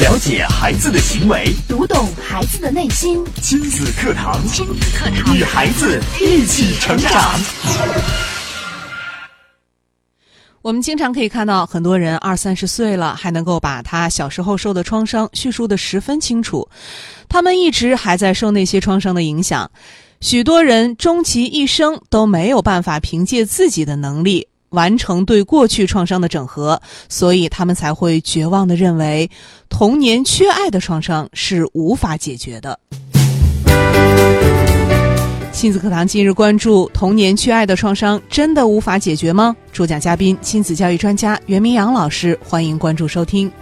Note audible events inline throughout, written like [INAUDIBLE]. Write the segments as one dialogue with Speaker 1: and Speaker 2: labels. Speaker 1: 了解孩子的行为，
Speaker 2: 读懂孩子的内心，
Speaker 1: 亲子课堂，
Speaker 2: 亲子课堂
Speaker 1: 与孩子一起成长。
Speaker 3: 我们经常可以看到，很多人二三十岁了，还能够把他小时候受的创伤叙述的十分清楚。他们一直还在受那些创伤的影响，许多人终其一生都没有办法凭借自己的能力完成对过去创伤的整合，所以他们才会绝望地认为，童年缺爱的创伤是无法解决的。亲子课堂近日关注：童年缺爱的创伤真的无法解决吗？主讲嘉宾亲子教育专家袁明阳老师，欢迎关注收听。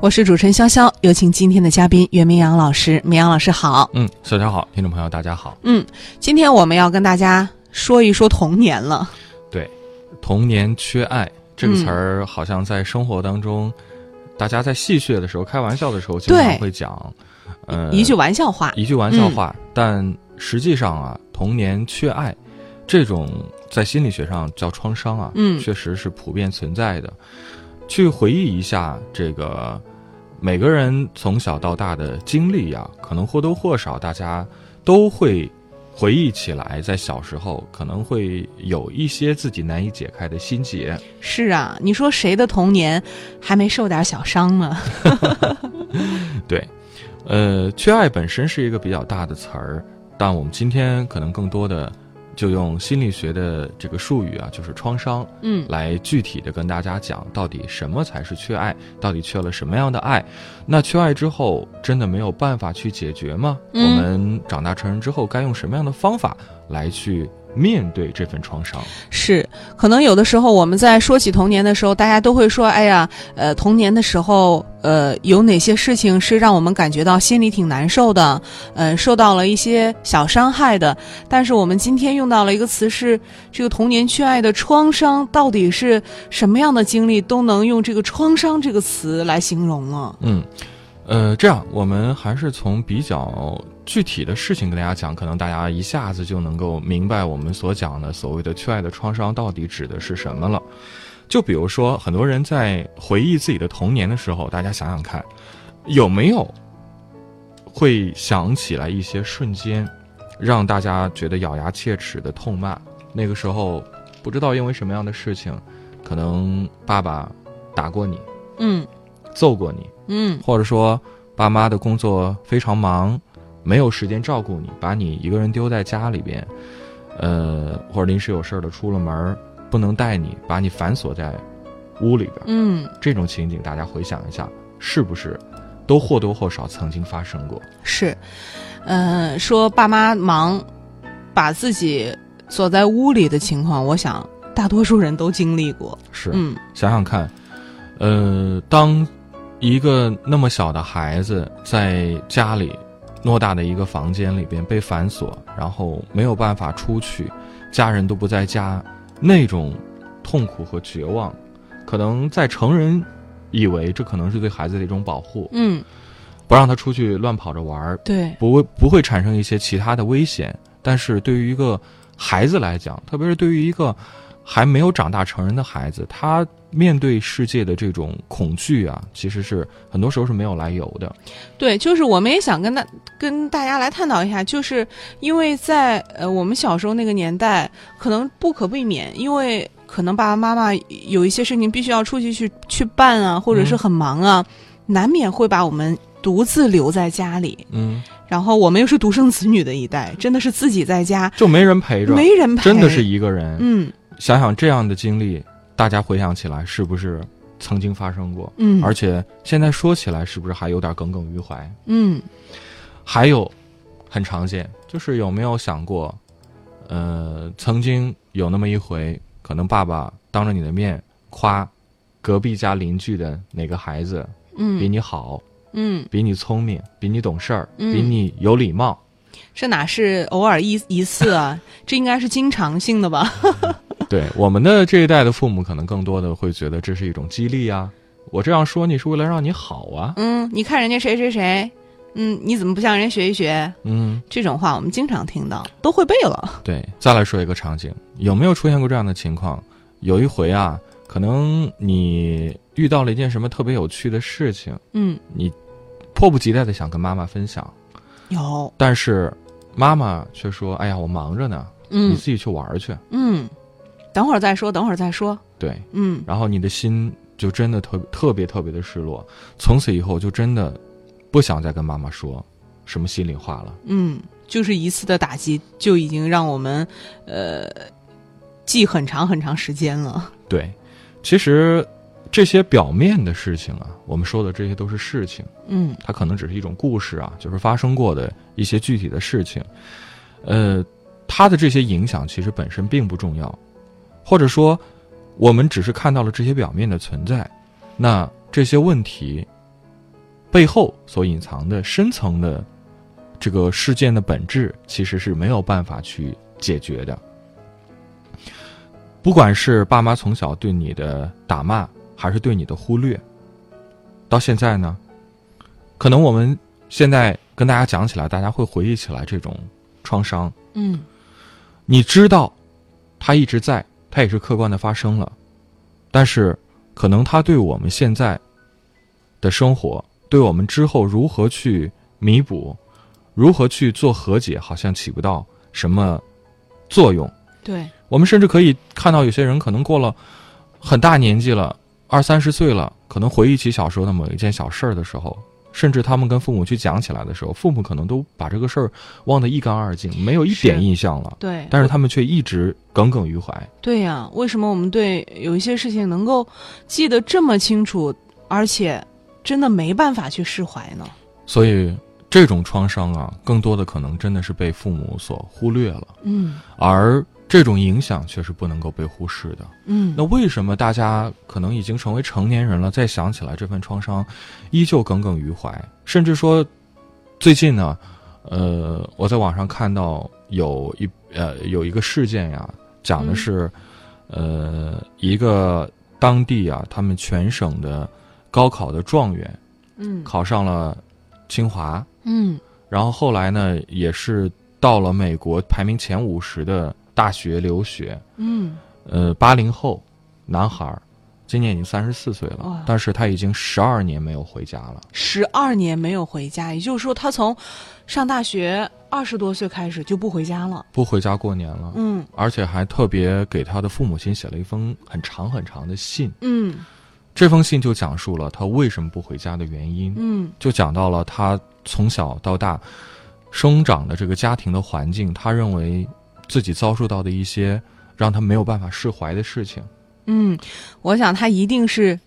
Speaker 3: 我是主持人潇潇，有请今天的嘉宾袁明阳老师。明阳老师好，
Speaker 4: 嗯，小家好，听众朋友大家好。
Speaker 3: 嗯，今天我们要跟大家说一说童年了。
Speaker 4: 对，童年缺爱这个
Speaker 3: 嗯
Speaker 4: 词儿，好像在生活当中，大家在戏谑的时候、开玩笑的时候，经
Speaker 3: 对
Speaker 4: 常会讲，呃，
Speaker 3: 一句玩笑话，嗯
Speaker 4: 一句玩笑话。但实际上啊，童年缺爱这种在心理学上叫创伤啊，
Speaker 3: 嗯
Speaker 4: 确实是普遍存在的。去回忆一下这个每个人从小到大的经历呀、可能或多或少大家都会回忆起来，在小时候可能会有一些自己难以解开的心结。
Speaker 3: 是啊，你说谁的童年还没受点小伤 [LAUGHS] 呢？
Speaker 4: 对，呃，缺爱本身是一个比较大的词儿，但我们今天可能更多的就用心理学的这个术语啊，就是创伤，
Speaker 3: 嗯
Speaker 4: 来具体的跟大家讲到底什么才是缺爱，到底缺了什么样的爱？那缺爱之后真的没有办法去解决吗？
Speaker 3: 嗯
Speaker 4: 我们长大成人之后该用什么样的方法来去面对这份创伤？
Speaker 3: 是，可能有的时候我们在说起童年的时候，大家都会说，哎呀，呃，童年的时候，呃，有哪些事情是让我们感觉到心里挺难受的，呃，受到了一些小伤害的。但是我们今天用到了一个词是，这个童年缺爱的创伤，到底是什么样的经历都能用这个创伤这个词来形容啊？
Speaker 4: 嗯，呃，这样我们还是从比较具体的事情跟大家讲，可能大家一下子就能够明白我们所讲的所谓的缺爱的创伤到底指的是什么了。就比如说，很多人在回忆自己的童年的时候，大家想想看，有没有会想起来一些瞬间，让大家觉得咬牙切齿的痛骂？那个时候不知道因为什么样的事情，可能爸爸打过你，
Speaker 3: 嗯
Speaker 4: 揍过你，
Speaker 3: 嗯
Speaker 4: 或者说爸妈的工作非常忙，没有时间照顾你，把你一个人丢在家里边，呃，或者临时有事儿了出了门儿不能带你，把你反锁在屋里边儿，
Speaker 3: 嗯，
Speaker 4: 这种情景大家回想一下，是不是都或多或少曾经发生过？
Speaker 3: 是，呃，说爸妈忙，把自己锁在屋里的情况，我想大多数人都经历过。
Speaker 4: 是
Speaker 3: 嗯
Speaker 4: 想想看，呃，当一个那么小的孩子在家里偌大的一个房间里边被反锁，然后没有办法出去，家人都不在家，那种痛苦和绝望，可能在成人以为这可能是对孩子的一种保护，
Speaker 3: 嗯，
Speaker 4: 不让他出去乱跑着玩儿，
Speaker 3: 对，
Speaker 4: 不会不会产生一些其他的危险。但是对于一个孩子来讲，特别是对于一个还没有长大成人的孩子，他面对世界的这种恐惧啊，其实是很多时候是没有来由的。
Speaker 3: 对，就是我们也想跟大跟大家来探讨一下，就是因为在呃我们小时候那个年代，可能不可避免，因为可能爸爸妈妈有一些事情必须要出去去去办啊，或者是
Speaker 4: 嗯
Speaker 3: 很忙啊，难免会把我们独自留在家里。
Speaker 4: 嗯，
Speaker 3: 然后我们又是独生子女的一代，真的是自己在家，
Speaker 4: 就没人陪着，
Speaker 3: 没人陪，
Speaker 4: 真的是一个人。
Speaker 3: 嗯
Speaker 4: 想想这样的经历，大家回想起来是不是曾经发生过？
Speaker 3: 嗯，
Speaker 4: 而且现在说起来，是不是还有点耿耿于怀？
Speaker 3: 嗯
Speaker 4: 还有，很常见，就是有没有想过，呃，曾经有那么一回，可能爸爸当着你的面夸隔壁家邻居的哪个孩子比
Speaker 3: 嗯
Speaker 4: 你好，
Speaker 3: 嗯，
Speaker 4: 比你聪明，比你懂事儿，
Speaker 3: 嗯
Speaker 4: 比你有礼
Speaker 3: [LAUGHS]
Speaker 4: 貌。
Speaker 3: 这哪是偶尔一一次啊？ [LAUGHS] 这应该是经常性的 [LAUGHS] 吧？
Speaker 4: 对我们的这一代的父母，可能更多的会觉得这是一种激励啊，我这样说你是为了让你好啊。
Speaker 3: 嗯，你看人家谁谁谁，嗯，你怎么不向人学一学？
Speaker 4: 嗯，
Speaker 3: 这种话我们经常听到，都会背了。
Speaker 4: 对，再来说一个场景，有没有出现过这样的情况？有一回啊，可能你遇到了一件什么特别有趣的事情，
Speaker 3: 嗯，
Speaker 4: 你迫不及待的想跟妈妈分享，
Speaker 3: 有，
Speaker 4: 但是妈妈却说：“哎呀，我忙着呢，你
Speaker 3: 嗯
Speaker 4: 自己去玩儿去。
Speaker 3: 嗯，等会儿再说，等会儿再说。
Speaker 4: 对，
Speaker 3: 嗯，
Speaker 4: 然后你的心就真的特特别特别的失落，从此以后就真的不想再跟妈妈说什么心里话了。
Speaker 3: 嗯，就是一次的打击就已经让我们，呃，记很长很长时间了。
Speaker 4: 对，其实这些表面的事情啊，我们说的这些都是事情。
Speaker 3: 嗯
Speaker 4: 它可能只是一种故事啊，就是发生过的一些具体的事情，呃，它的这些影响其实本身并不重要，或者说，我们只是看到了这些表面的存在，那这些问题背后所隐藏的深层的这个事件的本质，其实是没有办法去解决的。不管是爸妈从小对你的打骂，还是对你的忽略，到现在呢，可能我们现在跟大家讲起来，大家会回忆起来这种创伤。
Speaker 3: 嗯
Speaker 4: 你知道，它一直在，它也是客观的发生了，但是可能它对我们现在的生活，对我们之后如何去弥补，如何去做和解，好像起不到什么作用。
Speaker 3: 对，
Speaker 4: 我们甚至可以看到有些人可能过了很大年纪了，二三十岁了，可能回忆起小时候的某一件小事儿的时候，甚至他们跟父母去讲起来的时候，父母可能都把这个事儿忘得一干二净，没有一
Speaker 3: 是
Speaker 4: 点印象了。
Speaker 3: 对，
Speaker 4: 但是他们却一直耿耿于怀。
Speaker 3: 对呀、为什么我们对有一些事情能够记得这么清楚，而且真的没办法去释怀呢？
Speaker 4: 所以这种创伤啊，更多的可能真的是被父母所忽略了，
Speaker 3: 嗯
Speaker 4: 而这种影响却是不能够被忽视的。
Speaker 3: 嗯
Speaker 4: 那为什么大家可能已经成为成年人了，再想起来这份创伤，依旧耿耿于怀？甚至说，最近呢，呃，我在网上看到有一呃有一个事件呀，讲的是，呃，一个当地啊，他们全省的高考的状元
Speaker 3: 嗯
Speaker 4: 考上了清华，
Speaker 3: 嗯
Speaker 4: 然后后来呢，也是到了美国排名前五十的大学留学，
Speaker 3: 嗯，
Speaker 4: 呃，八零后男孩儿，今年已经三十四岁了
Speaker 3: 哇，
Speaker 4: 但是他已经十二年没有回家了。
Speaker 3: 十二年没有回家，也就是说，他从上大学二十多岁开始就不回家了。
Speaker 4: 不回家过年了，
Speaker 3: 嗯
Speaker 4: 而且还特别给他的父母亲写了一封很长很长的信。
Speaker 3: 嗯
Speaker 4: 这封信就讲述了他为什么不回家的原因，
Speaker 3: 嗯
Speaker 4: 就讲到了他从小到大生长的这个家庭的环境，他认为自己遭受到的一些让他没有办法释怀的事情。
Speaker 3: 嗯，我想他一定是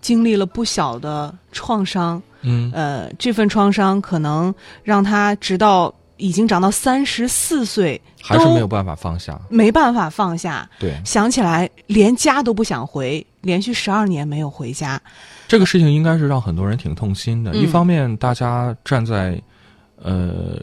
Speaker 3: 经历了不小的创伤，
Speaker 4: 嗯
Speaker 3: 呃，这份创伤可能让他直到已经长到三十四岁
Speaker 4: 还是
Speaker 3: 都
Speaker 4: 没有办法放下。
Speaker 3: 没办法放下。
Speaker 4: 对，
Speaker 3: 想起来连家都不想回，连续十二年没有回家。
Speaker 4: 这个事情应该是让很多人挺痛心的。
Speaker 3: 嗯
Speaker 4: 一方面，大家站在，呃，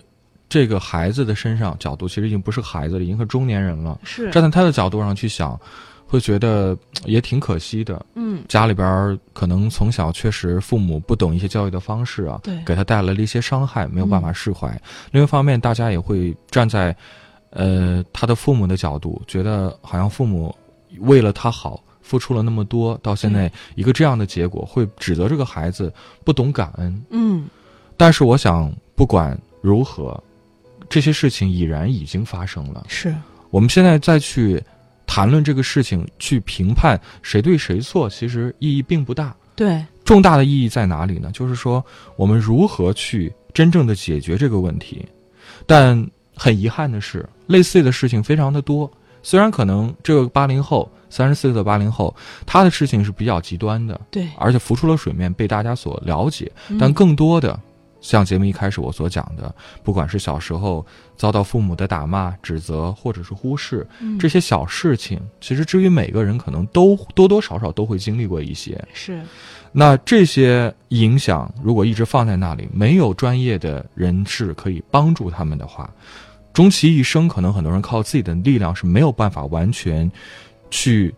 Speaker 4: 这个孩子的身上角度，其实已经不是孩子了，已经是中年人了。
Speaker 3: 是
Speaker 4: 站在他的角度上去想，会觉得呃也挺可惜的。
Speaker 3: 嗯
Speaker 4: 家里边儿可能从小确实父母不懂一些教育的方式啊，
Speaker 3: 对
Speaker 4: 给他带来了一些伤害，没有办法释怀。另一方面，大家也会站在，呃，他的父母的角度，觉得好像父母为了他好，付出了那么多，到现在一个这样的结果，会指责这个孩子不懂感恩。
Speaker 3: 嗯，
Speaker 4: 但是我想，不管如何，这些事情已然已经发生了。
Speaker 3: 是
Speaker 4: 我们现在再去谈论这个事情，去评判谁对谁错，其实意义并不大。
Speaker 3: 对，
Speaker 4: 重大的意义在哪里呢？就是说，我们如何去真正的解决这个问题。但很遗憾的是，类似的事情非常的多。虽然可能这个八零后，三十四岁的八零后，他的事情是比较极端的，
Speaker 3: 对，
Speaker 4: 而且浮出了水面，被大家所了解。
Speaker 3: 嗯
Speaker 4: 但更多的，像节目一开始我所讲的，不管是小时候遭到父母的打骂、指责，或者是忽视，
Speaker 3: 嗯
Speaker 4: 这些小事情，其实至于每个人，可能都多多少少都会经历过一些。
Speaker 3: 是
Speaker 4: 那这些影响如果一直放在那里，没有专业的人士可以帮助他们的话，终其一生，可能很多人靠自己的力量是没有办法完全去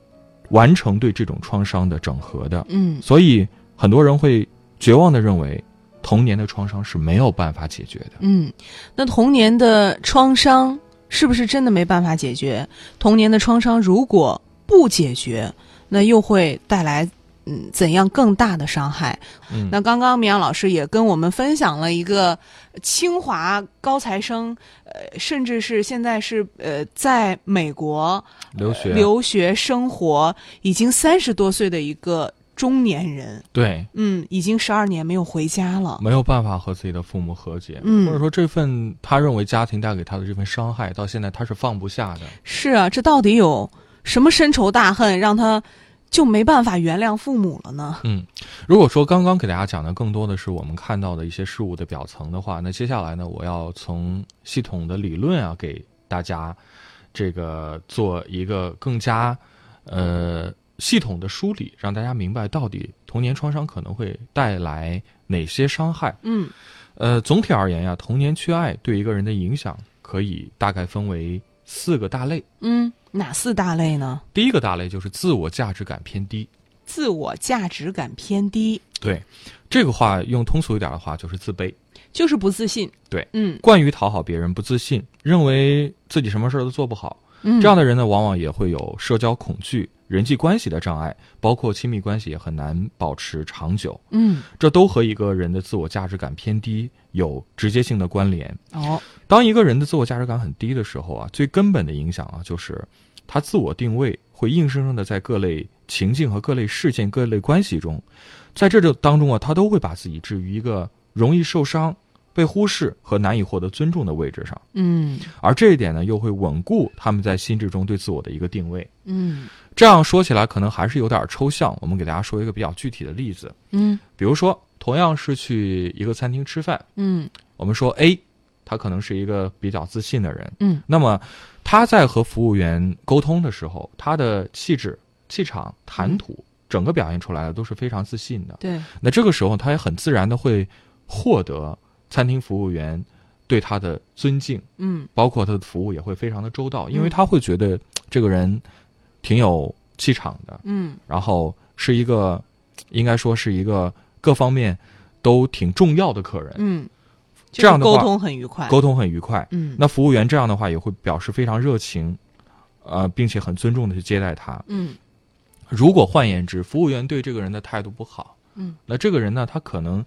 Speaker 4: 完成对这种创伤的整合的。
Speaker 3: 嗯
Speaker 4: 所以很多人会绝望地认为，童年的创伤是没有办法解决的。
Speaker 3: 嗯，那童年的创伤是不是真的没办法解决？童年的创伤如果不解决，那又会带来嗯怎样更大的伤害？
Speaker 4: 嗯
Speaker 3: 那刚刚明阳老师也跟我们分享了一个清华高材生，呃，甚至是现在是呃在美国
Speaker 4: 留学
Speaker 3: 留学生活已经三十多岁的一个中年人，
Speaker 4: 对
Speaker 3: 嗯，已经十二年没有回家了。
Speaker 4: 没有办法和自己的父母和解，
Speaker 3: 嗯
Speaker 4: 或者说这份他认为家庭带给他的这份伤害，到现在他是放不下的。
Speaker 3: 是啊，这到底有什么深仇大恨让他就没办法原谅父母了呢？
Speaker 4: 嗯，如果说刚刚给大家讲的更多的是我们看到的一些事物的表层的话，那接下来呢，我要从系统的理论啊，给大家这个做一个更加呃系统的梳理，让大家明白到底童年创伤可能会带来哪些伤害。
Speaker 3: 嗯
Speaker 4: 呃，总体而言呀、童年缺爱对一个人的影响可以大概分为四个大类。
Speaker 3: 嗯，哪四大类呢？
Speaker 4: 第一个大类就是自我价值感偏低，
Speaker 3: 自我价值感偏低，
Speaker 4: 对，这个话用通俗一点的话就是自卑。
Speaker 3: 就是不自信。
Speaker 4: 对，
Speaker 3: 嗯
Speaker 4: 惯于讨好别人，不自信，认为自己什么事儿都做不好。
Speaker 3: 嗯，
Speaker 4: 这样的人呢，往往也会有社交恐惧、人际关系的障碍，包括亲密关系也很难保持长久。
Speaker 3: 嗯
Speaker 4: 这都和一个人的自我价值感偏低有直接性的关联。
Speaker 3: 哦
Speaker 4: 当一个人的自我价值感很低的时候啊，最根本的影响啊，就是他自我定位会硬生生的在各类情境和各类事件、各类关系中，在这种当中啊，他都会把自己置于一个容易受伤、被忽视和难以获得尊重的位置上，
Speaker 3: 嗯
Speaker 4: 而这一点呢，又会稳固他们在心智中对自我的一个定位。
Speaker 3: 嗯
Speaker 4: 这样说起来可能还是有点抽象，我们给大家说一个比较具体的例子，
Speaker 3: 嗯
Speaker 4: 比如说，同样是去一个餐厅吃饭，
Speaker 3: 嗯
Speaker 4: 我们说 A，他可能是一个比较自信的人。
Speaker 3: 嗯
Speaker 4: 那么他在和服务员沟通的时候，他的气质、气场、谈吐，整个表现出来的都是非常自信的。
Speaker 3: 对
Speaker 4: 那这个时候，他也很自然的会获得餐厅服务员对他的尊敬，
Speaker 3: 嗯
Speaker 4: 包括他的服务也会非常的周到，因为他会觉得嘖这个人挺有气场的，
Speaker 3: 嗯
Speaker 4: 然后是一个应该说是一个各方面都挺重要的客人，
Speaker 3: 嗯，
Speaker 4: 这样的
Speaker 3: 就是
Speaker 4: 话
Speaker 3: 沟通很愉快。
Speaker 4: 沟通很愉快。
Speaker 3: 嗯
Speaker 4: 那服务员这样的话也会表示非常热情，呃，并且很尊重的去接待他。
Speaker 3: 嗯
Speaker 4: 如果换言之，服务员对这个人的态度不好，
Speaker 3: 嗯，
Speaker 4: 那这个人呢，他可能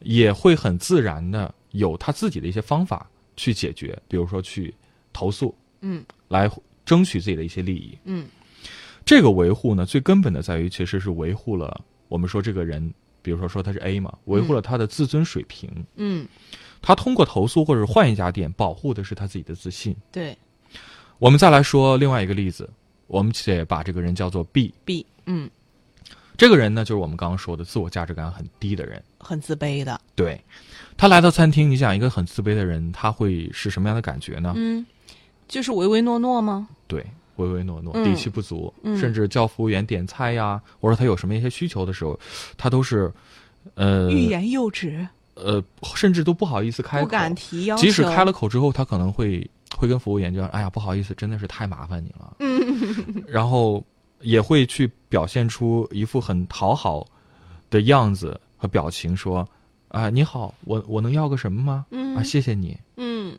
Speaker 4: 也会很自然的有他自己的一些方法去解决，比如说去投诉，
Speaker 3: 嗯
Speaker 4: 来争取自己的一些利益。
Speaker 3: 嗯
Speaker 4: 这个维护呢，最根本的在于其实是维护了我们说这个人，比如说说他是 A 嘛，维护了他的自尊水平。
Speaker 3: 嗯，
Speaker 4: 他通过投诉或者换一家店，保护的是他自己的自信。
Speaker 3: 对
Speaker 4: 我们再来说另外一个例子，我们且把这个人叫做 B。
Speaker 3: B 嗯
Speaker 4: 这个人呢，就是我们刚刚说的自我价值感很低的人。
Speaker 3: 很自卑的。
Speaker 4: 对，他来到餐厅，你想一个很自卑的人，他会是什么样的感觉呢？
Speaker 3: 嗯，就是唯唯诺诺吗？
Speaker 4: 对，唯唯诺诺，
Speaker 3: 嗯
Speaker 4: 底气不足，
Speaker 3: 嗯
Speaker 4: 甚至叫服务员点菜呀，或者他有什么一些需求的时候，他都是，呃，
Speaker 3: 欲言又止，
Speaker 4: 呃，甚至都不好意思开口，
Speaker 3: 不敢提要求。
Speaker 4: 即使开了口之后，他可能会会跟服务员就说：“哎呀，不好意思，真的是太麻烦你了。”嗯，然后也会去表现出一副很讨好的样子和表情，说：“啊，你好，我我能要个什么吗？
Speaker 3: 嗯
Speaker 4: 啊，谢谢你。
Speaker 3: 嗯，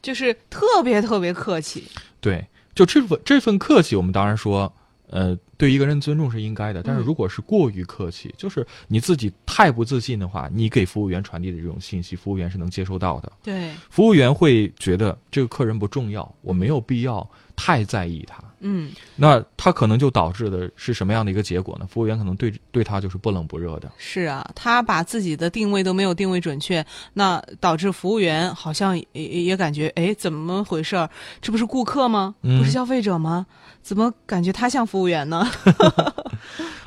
Speaker 3: 就是特别特别客气。”
Speaker 4: 对，就这份这份客气，我们当然说，呃，对一个人尊重是应该的，但是
Speaker 3: 嗯
Speaker 4: 如果是过于客气，就是你自己太不自信的话，你给服务员传递的这种信息，服务员是能接收到的。
Speaker 3: 对，
Speaker 4: 服务员会觉得这个客人不重要，我没有必要太在意他。
Speaker 3: 嗯
Speaker 4: 那他可能就导致的是什么样的一个结果呢？服务员可能对对他就是不冷不热的，
Speaker 3: 是啊，他把自己的定位都没有定位准确，那导致服务员好像也也也感觉，哎，怎么回事儿？这不是顾客吗？
Speaker 4: 嗯
Speaker 3: 不是消费者吗？怎么感觉他像服务员呢？ [LAUGHS]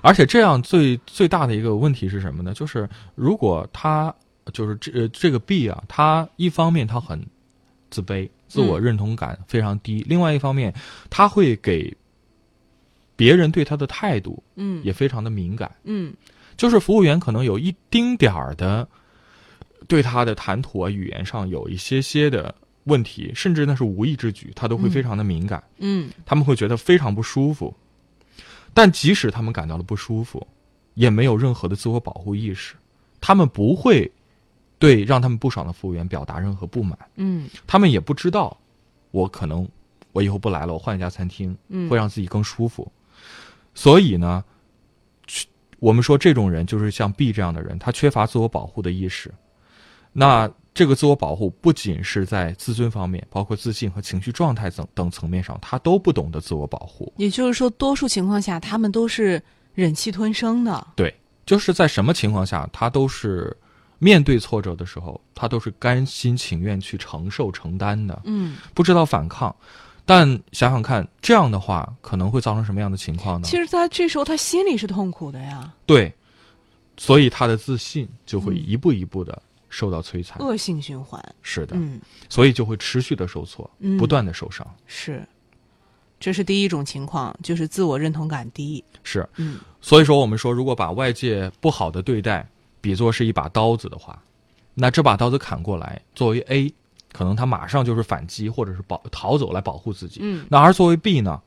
Speaker 4: 而且这样最最大的一个问题是什么呢？就是如果他就是这、呃这个 B 啊，他一方面他很自卑，自我认同感非常低，另外一方面他会给别人对他的态度
Speaker 3: 嗯
Speaker 4: 也非常的敏感。
Speaker 3: 嗯
Speaker 4: 就是服务员可能有一丁点儿的对他的谈吐啊、语言上有一些些的问题，甚至那是无意之举，他都会非常的敏感，
Speaker 3: 嗯
Speaker 4: 他们会觉得非常不舒服。但即使他们感到了不舒服，也没有任何的自我保护意识，他们不会对让他们不爽的服务员表达任何不满，
Speaker 3: 嗯
Speaker 4: 他们也不知道，我可能我以后不来了，我换一家餐厅，
Speaker 3: 嗯，
Speaker 4: 会让自己更舒服。所以呢，去我们说这种人就是像 B 这样的人，他缺乏自我保护的意识。那这个自我保护不仅是在自尊方面，包括自信和情绪状态等等层面上，他都不懂得自我保护。
Speaker 3: 也就是说，多数情况下他们都是忍气吞声的。嗯
Speaker 4: 对，就是在什么情况下，他都是面对挫折的时候，他都是甘心情愿去承受承担的，
Speaker 3: 嗯，
Speaker 4: 不知道反抗。但想想看，这样的话可能会造成什么样的情况呢？
Speaker 3: 其实他这时候他心里是痛苦的呀，
Speaker 4: 对，所以他的自信就
Speaker 3: 嗯
Speaker 4: 会一步一步的受到摧残。
Speaker 3: 恶性循环。
Speaker 4: 是的，
Speaker 3: 嗯，
Speaker 4: 所以就会持续的受挫，
Speaker 3: 嗯
Speaker 4: 不断的受伤。
Speaker 3: 是，这是第一种情况，就是自我认同感低。
Speaker 4: 是，
Speaker 3: 嗯
Speaker 4: 所以说我们说，如果把外界不好的对待比作是一把刀子的话，那这把刀子砍过来，作为 A，可能他马上就是反击或者是保逃走来保护自己。
Speaker 3: 嗯，
Speaker 4: 那而作为 B 呢，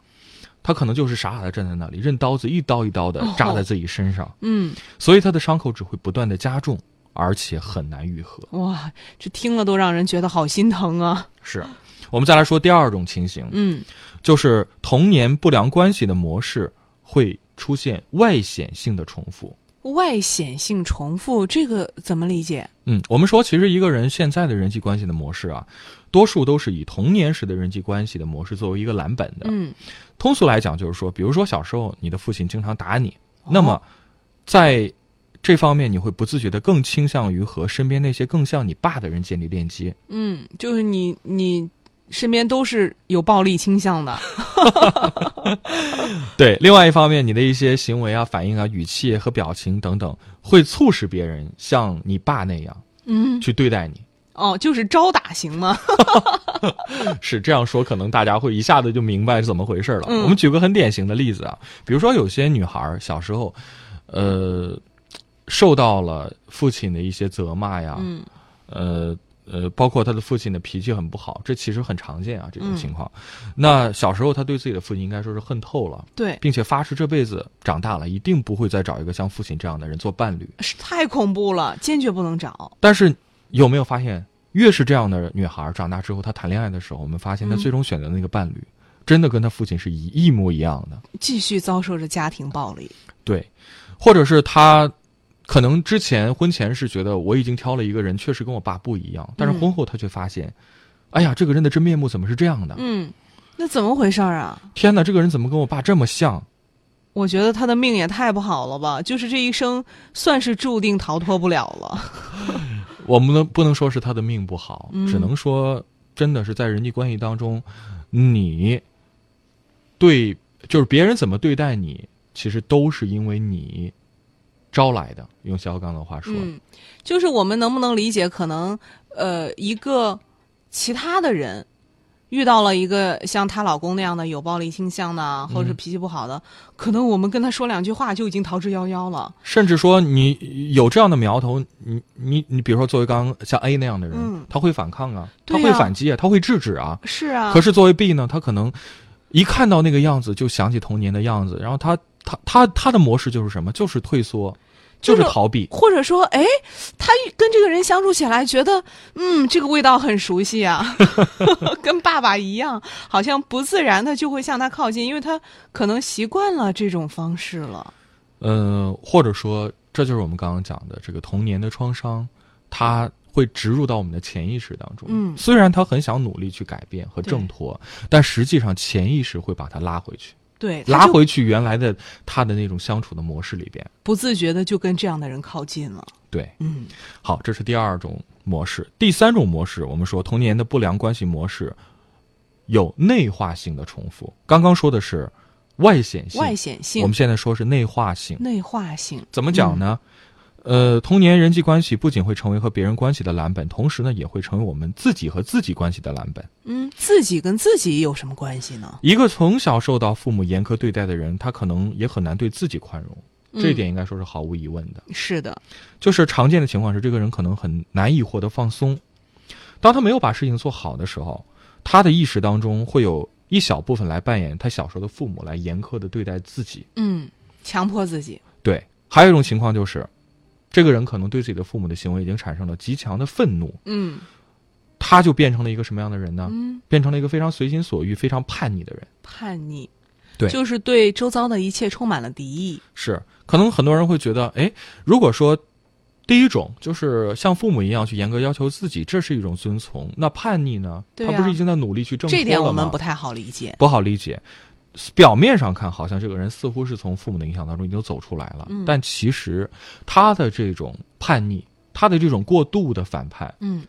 Speaker 4: 他可能就是傻傻的站在那里，任刀子一刀一刀的
Speaker 3: 哦
Speaker 4: 扎在自己身上，
Speaker 3: 嗯，
Speaker 4: 所以他的伤口只会不断的加重，而且很难愈合。
Speaker 3: 哇，这听了都让人觉得好心疼啊。
Speaker 4: 是我们再来说第二种情形，
Speaker 3: 嗯
Speaker 4: 就是童年不良关系的模式会出现外显性的重复。，
Speaker 3: 嗯外显性重复这个怎么理解？
Speaker 4: 嗯，我们说，其实一个人现在的人际关系的模式啊，多数都是以童年时的人际关系的模式作为一个蓝本的。
Speaker 3: 嗯
Speaker 4: 通俗来讲，就是说，比如说小时候你的父亲经常打你，
Speaker 3: 哦
Speaker 4: 那么在这方面你会不自觉的更倾向于和身边那些更像你爸的人建立链接。
Speaker 3: 嗯，就是你你身边都是有暴力倾向的。
Speaker 4: 对，另外一方面，你的一些行为啊、反应啊、语气和表情等等，会促使别人像你爸那样
Speaker 3: 嗯，
Speaker 4: 去对待你。
Speaker 3: 哦，就是招打型吗？
Speaker 4: 是这样说，可能大家会一下子就明白是怎么回事了。
Speaker 3: 嗯
Speaker 4: 我们举个很典型的例子啊，比如说有些女孩儿小时候，呃，受到了父亲的一些责骂呀，
Speaker 3: 嗯
Speaker 4: 呃呃，包括她的父亲的脾气很不好，这其实很常见啊，这种
Speaker 3: 嗯
Speaker 4: 情况。那小时候她对自己的父亲应该说是恨透了，
Speaker 3: 对，
Speaker 4: 并且发誓这辈子长大了一定不会再找一个像父亲这样的人做伴侣。
Speaker 3: 是太恐怖了，坚决不能找。
Speaker 4: 但是有没有发现，越是这样的女孩儿，长大之后，她谈恋爱的时候，我们发现她
Speaker 3: 嗯
Speaker 4: 最终选择的那个伴侣，真的跟她父亲是一一模一样的。
Speaker 3: 继续遭受着家庭暴力。
Speaker 4: 对，或者是她可能之前婚前是觉得我已经挑了一个人，确实跟我爸不一样，但是
Speaker 3: 嗯
Speaker 4: 婚后她却发现，哎呀，这个人的真面目怎么是这样的？
Speaker 3: 嗯，那怎么回事儿啊？
Speaker 4: 天哪，这个人怎么跟我爸这么像？
Speaker 3: 我觉得他的命也太不好了吧，就是这一生算是注定逃脱不了了。
Speaker 4: 我们能不能说是他的命不好，
Speaker 3: 嗯
Speaker 4: 只能说真的是在人际关系当中，你对就是别人怎么对待你，其实都是因为你招来的。用肖钢的话说，
Speaker 3: 嗯，就是我们能不能理解，可能呃，一个其他的人遇到了一个像她老公那样的有暴力倾向的，或者是
Speaker 4: 嗯
Speaker 3: 脾气不好的，可能我们跟他说两句话就已经逃之夭夭了。
Speaker 4: 甚至说你有这样的苗头，你你你，比如说作为刚像 A 那样的人，
Speaker 3: 嗯
Speaker 4: 他会反抗啊，
Speaker 3: 对
Speaker 4: 他
Speaker 3: 啊
Speaker 4: 会反击啊，他会制止啊。
Speaker 3: 是啊，
Speaker 4: 可是作为 B 呢，他可能一看到那个样子就想起童年的样子，然后他他他他的模式就是什么？就是退缩，
Speaker 3: 就
Speaker 4: 就是是逃避。
Speaker 3: 或者说，哎，他跟这个人相处起来，觉得嗯，这个味道很熟悉
Speaker 4: [LAUGHS]
Speaker 3: 啊，跟爸爸一样，好像不自然的就会向他靠近，因为他可能习惯了这种方式了。
Speaker 4: 呃，或者说，这就是我们刚刚讲的这个童年的创伤，它会植入到我们的潜意识当中。
Speaker 3: 嗯
Speaker 4: 虽然他很想努力去改变和
Speaker 3: 对
Speaker 4: 挣脱，但实际上潜意识会把他拉回去，
Speaker 3: 对，他
Speaker 4: 拉
Speaker 3: 就
Speaker 4: 回去原来的他的那种相处的模式里边。
Speaker 3: 不自觉的就跟这样的人靠近了。
Speaker 4: 对，
Speaker 3: 嗯
Speaker 4: 好，这是第二种模式。第三种模式，我们说童年的不良关系模式有内化性的重复。刚刚说的是外显性，
Speaker 3: 外显
Speaker 4: 我
Speaker 3: 性
Speaker 4: 们、现在说是内化性。
Speaker 3: 内化性，
Speaker 4: 怎么讲呢？呃，童年人际关系不仅会成为和别人关系的蓝本，同时呢，也会成为我们自己和自己关系的蓝本。
Speaker 3: 嗯，自己跟自己有什么关系呢？
Speaker 4: 一个从小受到父母严苛对待的人，他可能也很难对自己宽容，嗯
Speaker 3: 嗯
Speaker 4: 这一点应该说是毫无疑问的。
Speaker 3: 是的，
Speaker 4: 就是常见的情况是，这个人可能很难以获得放松。当他没有把事情做好的时候，他的意识当中会有一小部分来扮演他小时候的父母，来严苛的对待自己。
Speaker 3: 嗯，强迫自己，
Speaker 4: 对，还有一种情况就是，这个人可能对自己的父母的行为已经产生了极强的愤怒，
Speaker 3: 嗯
Speaker 4: 他就变成了一个什么样的人呢？
Speaker 3: 嗯，
Speaker 4: 变成了一个非常随心所欲、非常叛逆的人。
Speaker 3: 叛逆，
Speaker 4: 对
Speaker 3: 就是对周遭的一切充满了敌意。
Speaker 4: 是，可能很多人会觉得，哎，如果说第一种就是像父母一样去严格要求自己，这是一种遵从，那叛逆呢？
Speaker 3: 对
Speaker 4: 他
Speaker 3: 啊
Speaker 4: 不是已经在努力去挣脱了
Speaker 3: 这
Speaker 4: 吗？
Speaker 3: 点我们不太好理解。
Speaker 4: 不好理解。表面上看，好像这个人似乎是从父母的影响当中已经走出来了，
Speaker 3: 嗯
Speaker 4: 但其实他的这种叛逆，他的这种过度的反叛，
Speaker 3: 嗯，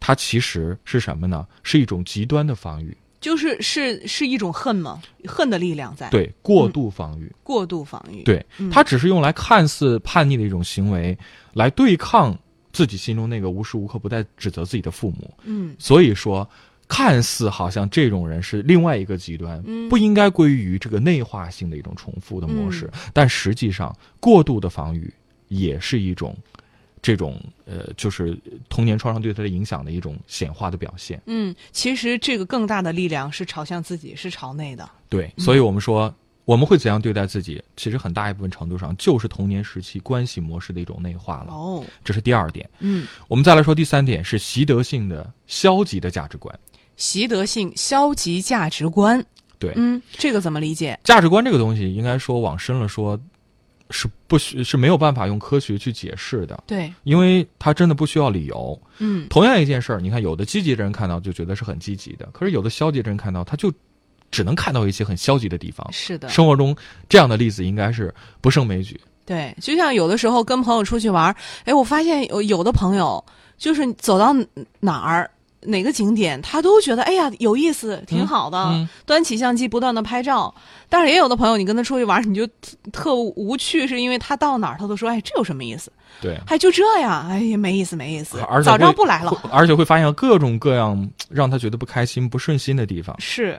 Speaker 4: 他其实是什么呢？是一种极端的防御，
Speaker 3: 就是是是一种恨吗？恨的力量在，，
Speaker 4: 对过度防御。
Speaker 3: 过度防御。，嗯
Speaker 4: 对，他只是用来看似叛逆的一种行为，来对抗自己心中那个无时无刻不在指责自己的父母。
Speaker 3: 嗯
Speaker 4: 所以说，看似好像这种人是另外一个极端，
Speaker 3: 嗯
Speaker 4: 不应该归于这个内化性的一种重复的模式，但实际上过度的防御也是一种。这种呃，就是童年创伤对他的影响的一种显化的表现。
Speaker 3: 嗯，其实这个更大的力量是朝向自己，是朝内的。
Speaker 4: 对，所以我们说我们会怎样对待自己，其实很大一部分程度上就是童年时期关系模式的一种内化了。
Speaker 3: 哦，
Speaker 4: 这是第二点。
Speaker 3: 嗯，
Speaker 4: 我们再来说第三点，是习得性的消极的价值观。
Speaker 3: 习得性消极价值观。
Speaker 4: 对
Speaker 3: 嗯，这个怎么理解？
Speaker 4: 价值观这个东西，应该说往深了说，是不需是没有办法用科学去解释的，
Speaker 3: 对，
Speaker 4: 因为它真的不需要理由。
Speaker 3: 嗯
Speaker 4: 同样一件事儿，你看有的积极的人看到就觉得是很积极的，可是有的消极的人看到他就只能看到一些很消极的地方。
Speaker 3: 是的，
Speaker 4: 生活中这样的例子应该是不胜枚举。
Speaker 3: 对，就像有的时候跟朋友出去玩儿，哎，我发现有有的朋友就是走到哪哪儿哪个景点，他都觉得哎呀有意思，挺好的，
Speaker 4: 嗯
Speaker 3: 端起相机不断的拍照。但是也有的朋友，你跟他出去玩儿，你就特特无趣，是因为他到哪儿他都说哎这有什么意思？
Speaker 4: 对，
Speaker 3: 哎就这样，哎呀没意思没意思
Speaker 4: 而，且
Speaker 3: 早知道
Speaker 4: 会
Speaker 3: 不来了。
Speaker 4: 会而且会发现各种各样让他觉得不开心、不顺心的地方。
Speaker 3: 是，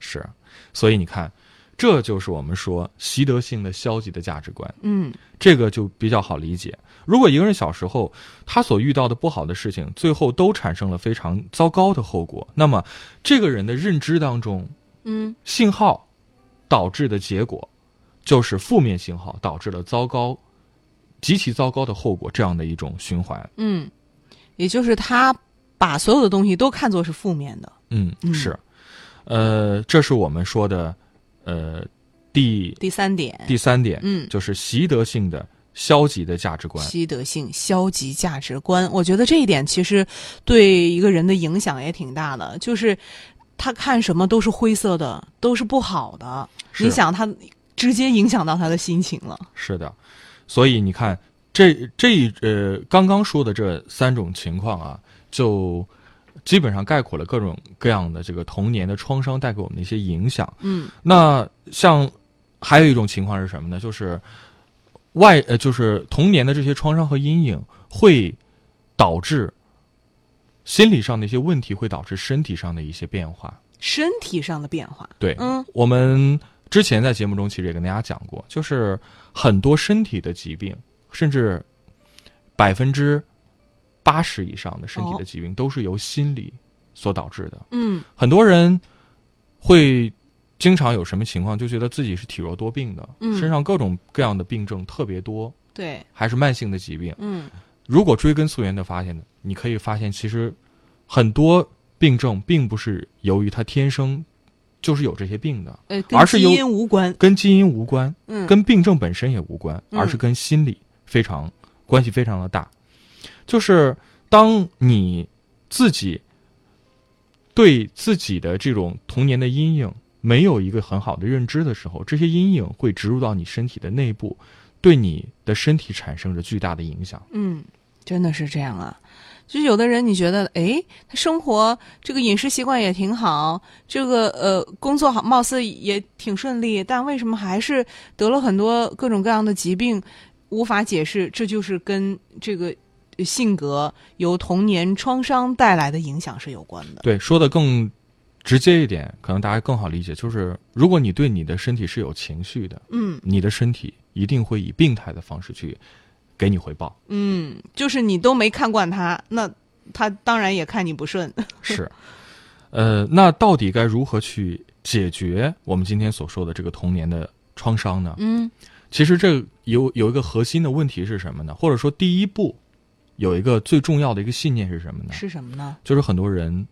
Speaker 4: 是，所以你看，这就是我们说习得性的消极的价值观，
Speaker 3: 嗯
Speaker 4: 这个就比较好理解。如果一个人小时候他所遇到的不好的事情，最后都产生了非常糟糕的后果，那么这个人的认知当中，
Speaker 3: 嗯
Speaker 4: 信号导致的结果，就是负面信号导致了糟糕、极其糟糕的后果这样的一种循环。
Speaker 3: 嗯，也就是他把所有的东西都看作是负面的。
Speaker 4: 嗯，
Speaker 3: 嗯
Speaker 4: 是，呃，这是我们说的，呃，第
Speaker 3: 第三点，
Speaker 4: 第三点，
Speaker 3: 嗯
Speaker 4: 就是习得性的消极的价值观。
Speaker 3: 习得性消极价值观，我觉得这一点其实对一个人的影响也挺大的，就是他看什么都是灰色的，都是不好的。
Speaker 4: 是
Speaker 3: 你想，他直接影响到他的心情了。
Speaker 4: 是的，所以你看，这这一呃，刚刚说的这三种情况啊，就基本上概括了各种各样的这个童年的创伤带给我们的一些影响。
Speaker 3: 嗯
Speaker 4: 那像还有一种情况是什么呢？就是外呃，就是童年的这些创伤和阴影会导致心理上的一些问题，会导致身体上的一些变化。
Speaker 3: 身体上的变化，
Speaker 4: 对，
Speaker 3: 嗯，
Speaker 4: 我们之前在节目中其实也跟大家讲过，就是很多身体的疾病，甚至百分之八十以上的身
Speaker 3: 哦
Speaker 4: 体的疾病都是由心理所导致的。
Speaker 3: 嗯
Speaker 4: 很多人会经常有什么情况，就觉得自己是体弱多病的，
Speaker 3: 嗯
Speaker 4: 身上各种各样的病症特别多，
Speaker 3: 对，
Speaker 4: 还是慢性的疾病。
Speaker 3: 嗯
Speaker 4: 如果追根溯源的发现呢，你可以发现其实很多病症并不是由于他天生就是有这些病的，
Speaker 3: 呃，
Speaker 4: 而
Speaker 3: 跟
Speaker 4: 是
Speaker 3: 基
Speaker 4: 由
Speaker 3: 因无关，
Speaker 4: 跟基因无关，
Speaker 3: 嗯，
Speaker 4: 跟病症本身也无关，
Speaker 3: 嗯
Speaker 4: 而是跟心理非常关系非常的大。就是当你自己对自己的这种童年的阴影没有一个很好的认知的时候，这些阴影会植入到你身体的内部，对你的身体产生着巨大的影响。
Speaker 3: 嗯，真的是这样啊。就是有的人，你觉得，哎，他生活这个饮食习惯也挺好，这个呃工作好，貌似也挺顺利，但为什么还是得了很多各种各样的疾病，无法解释？这就是跟这个呃性格由童年创伤带来的影响是有关的。
Speaker 4: 对，说的更直接一点，可能大家更好理解，就是如果你对你的身体是有情绪的，
Speaker 3: 嗯
Speaker 4: 你的身体一定会以病态的方式去给你回报。
Speaker 3: 嗯，就是你都没看惯他，那他当然也看你不顺。 [LAUGHS]
Speaker 4: 是，呃，那到底该如何去解决我们今天所说的这个童年的创伤呢？
Speaker 3: 嗯
Speaker 4: 其实这有有一个核心的问题是什么呢？或者说第一步有一个最重要的一个信念是什么呢？
Speaker 3: [LAUGHS] 是什么呢？
Speaker 4: 就是很多人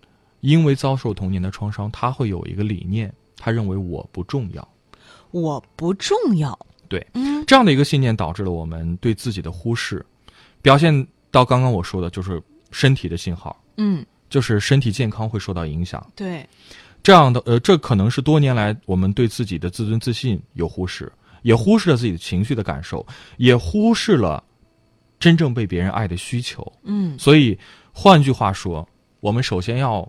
Speaker 4: 因为遭受童年的创伤，他会有一个理念，他认为我不重要。
Speaker 3: 我不重要。
Speaker 4: 对，
Speaker 3: 嗯，
Speaker 4: 这样的一个信念导致了我们对自己的忽视，表现到刚刚我说的就是身体的信号，
Speaker 3: 嗯，
Speaker 4: 就是身体健康会受到影响。
Speaker 3: 对，
Speaker 4: 这样的呃，这可能是多年来我们对自己的自尊自信有忽视，也忽视了自己的情绪的感受，也忽视了真正被别人爱的需求。
Speaker 3: 嗯
Speaker 4: 所以，换句话说，我们首先要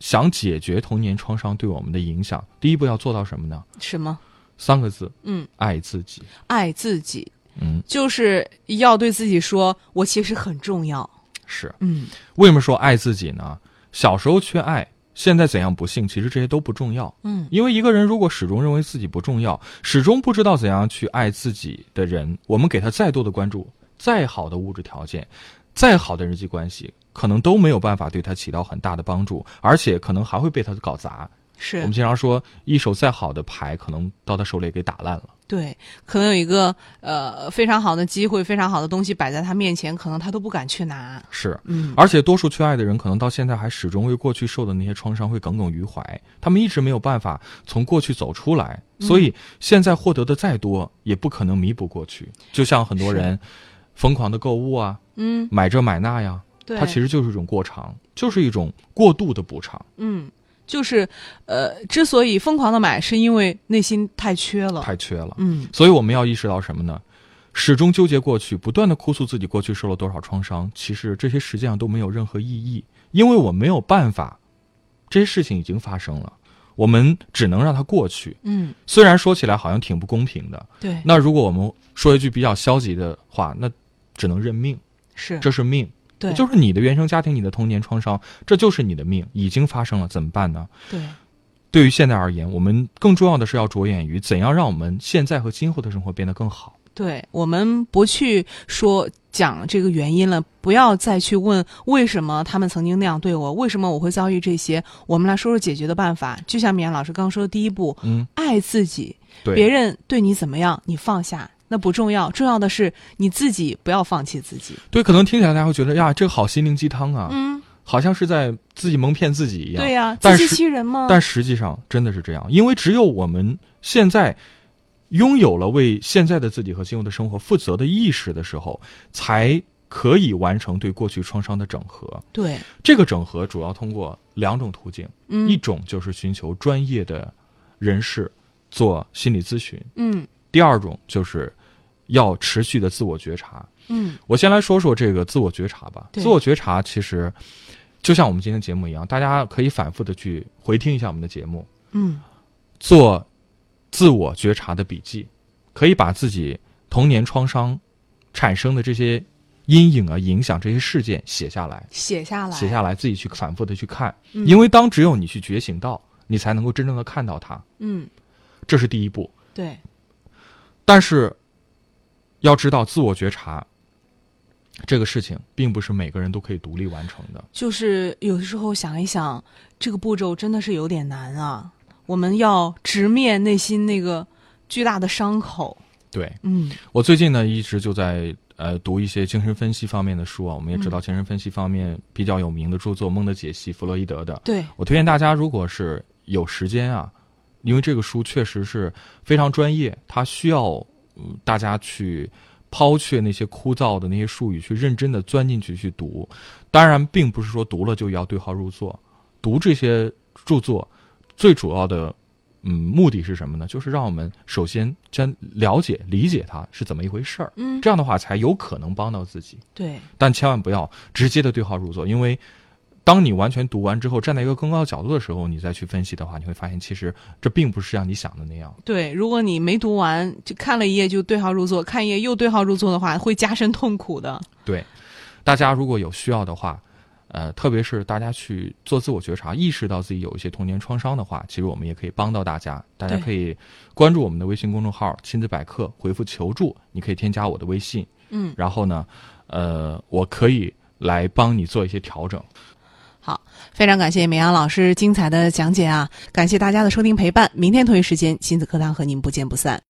Speaker 4: 想解决童年创伤对我们的影响，第一步要做到什么呢？
Speaker 3: 什么？
Speaker 4: 三个字：
Speaker 3: 嗯，
Speaker 4: 爱自己。
Speaker 3: 爱自己，
Speaker 4: 嗯，
Speaker 3: 就是要对自己说，我其实很重要。
Speaker 4: 是。
Speaker 3: 嗯
Speaker 4: 为什么说爱自己呢？小时候缺爱，现在怎样不幸，其实这些都不重要。
Speaker 3: 嗯
Speaker 4: 因为一个人如果始终认为自己不重要，始终不知道怎样去爱自己的人，我们给他再多的关注，再好的物质条件，再好的人际关系，可能都没有办法对他起到很大的帮助，而且可能还会被他搞砸。我
Speaker 3: 是
Speaker 4: 们经常说，一手再好的牌，可能到他手里给打烂了。
Speaker 3: 对，可能有一个呃非常好的机会，非常好的东西摆在他面前，可能他都不敢去拿。
Speaker 4: 是，
Speaker 3: 嗯，
Speaker 4: 而且多数缺爱的人，可能到现在还始终为过去受的那些创伤会耿耿于怀，他们一直没有办法从过去走出来，所以现在获得的再多，也不可能弥补过去。就像很多人疯狂的购物啊，
Speaker 3: 嗯，
Speaker 4: 买这买那呀，
Speaker 3: 对，
Speaker 4: 它其实就是一种过场，就是一种过度的补偿，
Speaker 3: 嗯，就是呃，之所以疯狂的买，是因为内心太缺了。
Speaker 4: 太缺了。
Speaker 3: 嗯，
Speaker 4: 所以我们要意识到什么呢？始终纠结过去，不断的哭诉自己过去受了多少创伤，其实这些实际上都没有任何意义，因为我没有办法，这些事情已经发生了，我们只能让它过去。
Speaker 3: 嗯，
Speaker 4: 虽然说起来好像挺不公平的，
Speaker 3: 对，
Speaker 4: 那如果我们说一句比较消极的话，那只能认命，
Speaker 3: 是，
Speaker 4: 这是命，
Speaker 3: 对，
Speaker 4: 就是你的原生家庭、你的童年创伤，这就是你的命，已经发生了，怎么办呢？
Speaker 3: 对，
Speaker 4: 对于现在而言，我们更重要的是要着眼于怎样让我们现在和今后的生活变得更好。
Speaker 3: 对，我们不去说讲这个原因了，不要再去问为什么他们曾经那样对我，为什么我会遭遇这些。我们来说说解决的办法。就像米阳老师刚说的第一步，
Speaker 4: 嗯，
Speaker 3: 爱自己，
Speaker 4: 对，
Speaker 3: 别人对你怎么样，你放下。那不重要，重要的是你自己不要放弃自己。
Speaker 4: 对，可能听起来大家会觉得呀，这个好心灵鸡汤啊，
Speaker 3: 嗯，
Speaker 4: 好像是在自己蒙骗自己一样。
Speaker 3: 对呀、
Speaker 4: 但
Speaker 3: 自欺
Speaker 4: 是
Speaker 3: 欺人嘛。
Speaker 4: 但实际上真的是这样，因为只有我们现在拥有了为现在的自己和今后的生活负责的意识的时候，才可以完成对过去创伤的整合。
Speaker 3: 对，
Speaker 4: 这个整合主要通过两种途径，一
Speaker 3: 嗯
Speaker 4: 种就是寻求专业的人士做心理咨询，
Speaker 3: 嗯
Speaker 4: 第二种就是要持续的自我觉察。
Speaker 3: 嗯，
Speaker 4: 我先来说说这个自我觉察吧。
Speaker 3: 对
Speaker 4: 自我觉察其实就像我们今天节目一样，大家可以反复的去回听一下我们的节目，
Speaker 3: 嗯，
Speaker 4: 做自我觉察的笔记，可以把自己童年创伤产生的这些阴影啊、影响这些事件写下来，
Speaker 3: 写下来，
Speaker 4: 写下来自己去反复的去看，
Speaker 3: 嗯
Speaker 4: 因为当只有你去觉醒到，你才能够真正的看到它，
Speaker 3: 嗯，
Speaker 4: 这是第一步。
Speaker 3: 对，
Speaker 4: 但是要知道，自我觉察这个事情，并不是每个人都可以独立完成的。
Speaker 3: 就是有的时候想一想，这个步骤真的是有点难啊。我们要直面内心那个巨大的伤口。
Speaker 4: 对
Speaker 3: 嗯
Speaker 4: 我最近呢，一直就在呃读一些精神分析方面的书啊。我们也知道，精神分析方面比较有名的著作《梦的解析》，弗洛伊德的，。
Speaker 3: 对，
Speaker 4: 我推荐大家，如果是有时间啊，因为这个书确实是非常专业，它需要、嗯大家去抛却那些枯燥的那些术语，去认真的钻进去去读。当然，并不是说读了就要对号入座。读这些著作，最主要的嗯目的是什么呢？就是让我们首先先了解、理解它是怎么一回事儿，
Speaker 3: 嗯，
Speaker 4: 这样的话才有可能帮到自己。
Speaker 3: 对，
Speaker 4: 但千万不要直接的对号入座，因为当你完全读完之后，站在一个更高的角度的时候，你再去分析的话，你会发现其实这并不是像你想的那样。
Speaker 3: 对。如果你没读完，就看了一页就对号入座，看一页又对号入座的话，会加深痛苦的。
Speaker 4: 对，大家如果有需要的话，呃，特别是大家去做自我觉察，意识到自己有一些童年创伤的话，其实我们也可以帮到大家。大家
Speaker 3: 对
Speaker 4: 可以关注我们的微信公众号“亲子百科”，回复“求助”，你可以添加我的微信。
Speaker 3: 嗯，
Speaker 4: 然后呢，呃，我可以来帮你做一些调整。
Speaker 3: 非常感谢美阳老师精彩的讲解啊！感谢大家的收听陪伴，明天同一时间亲子课堂和您不见不散。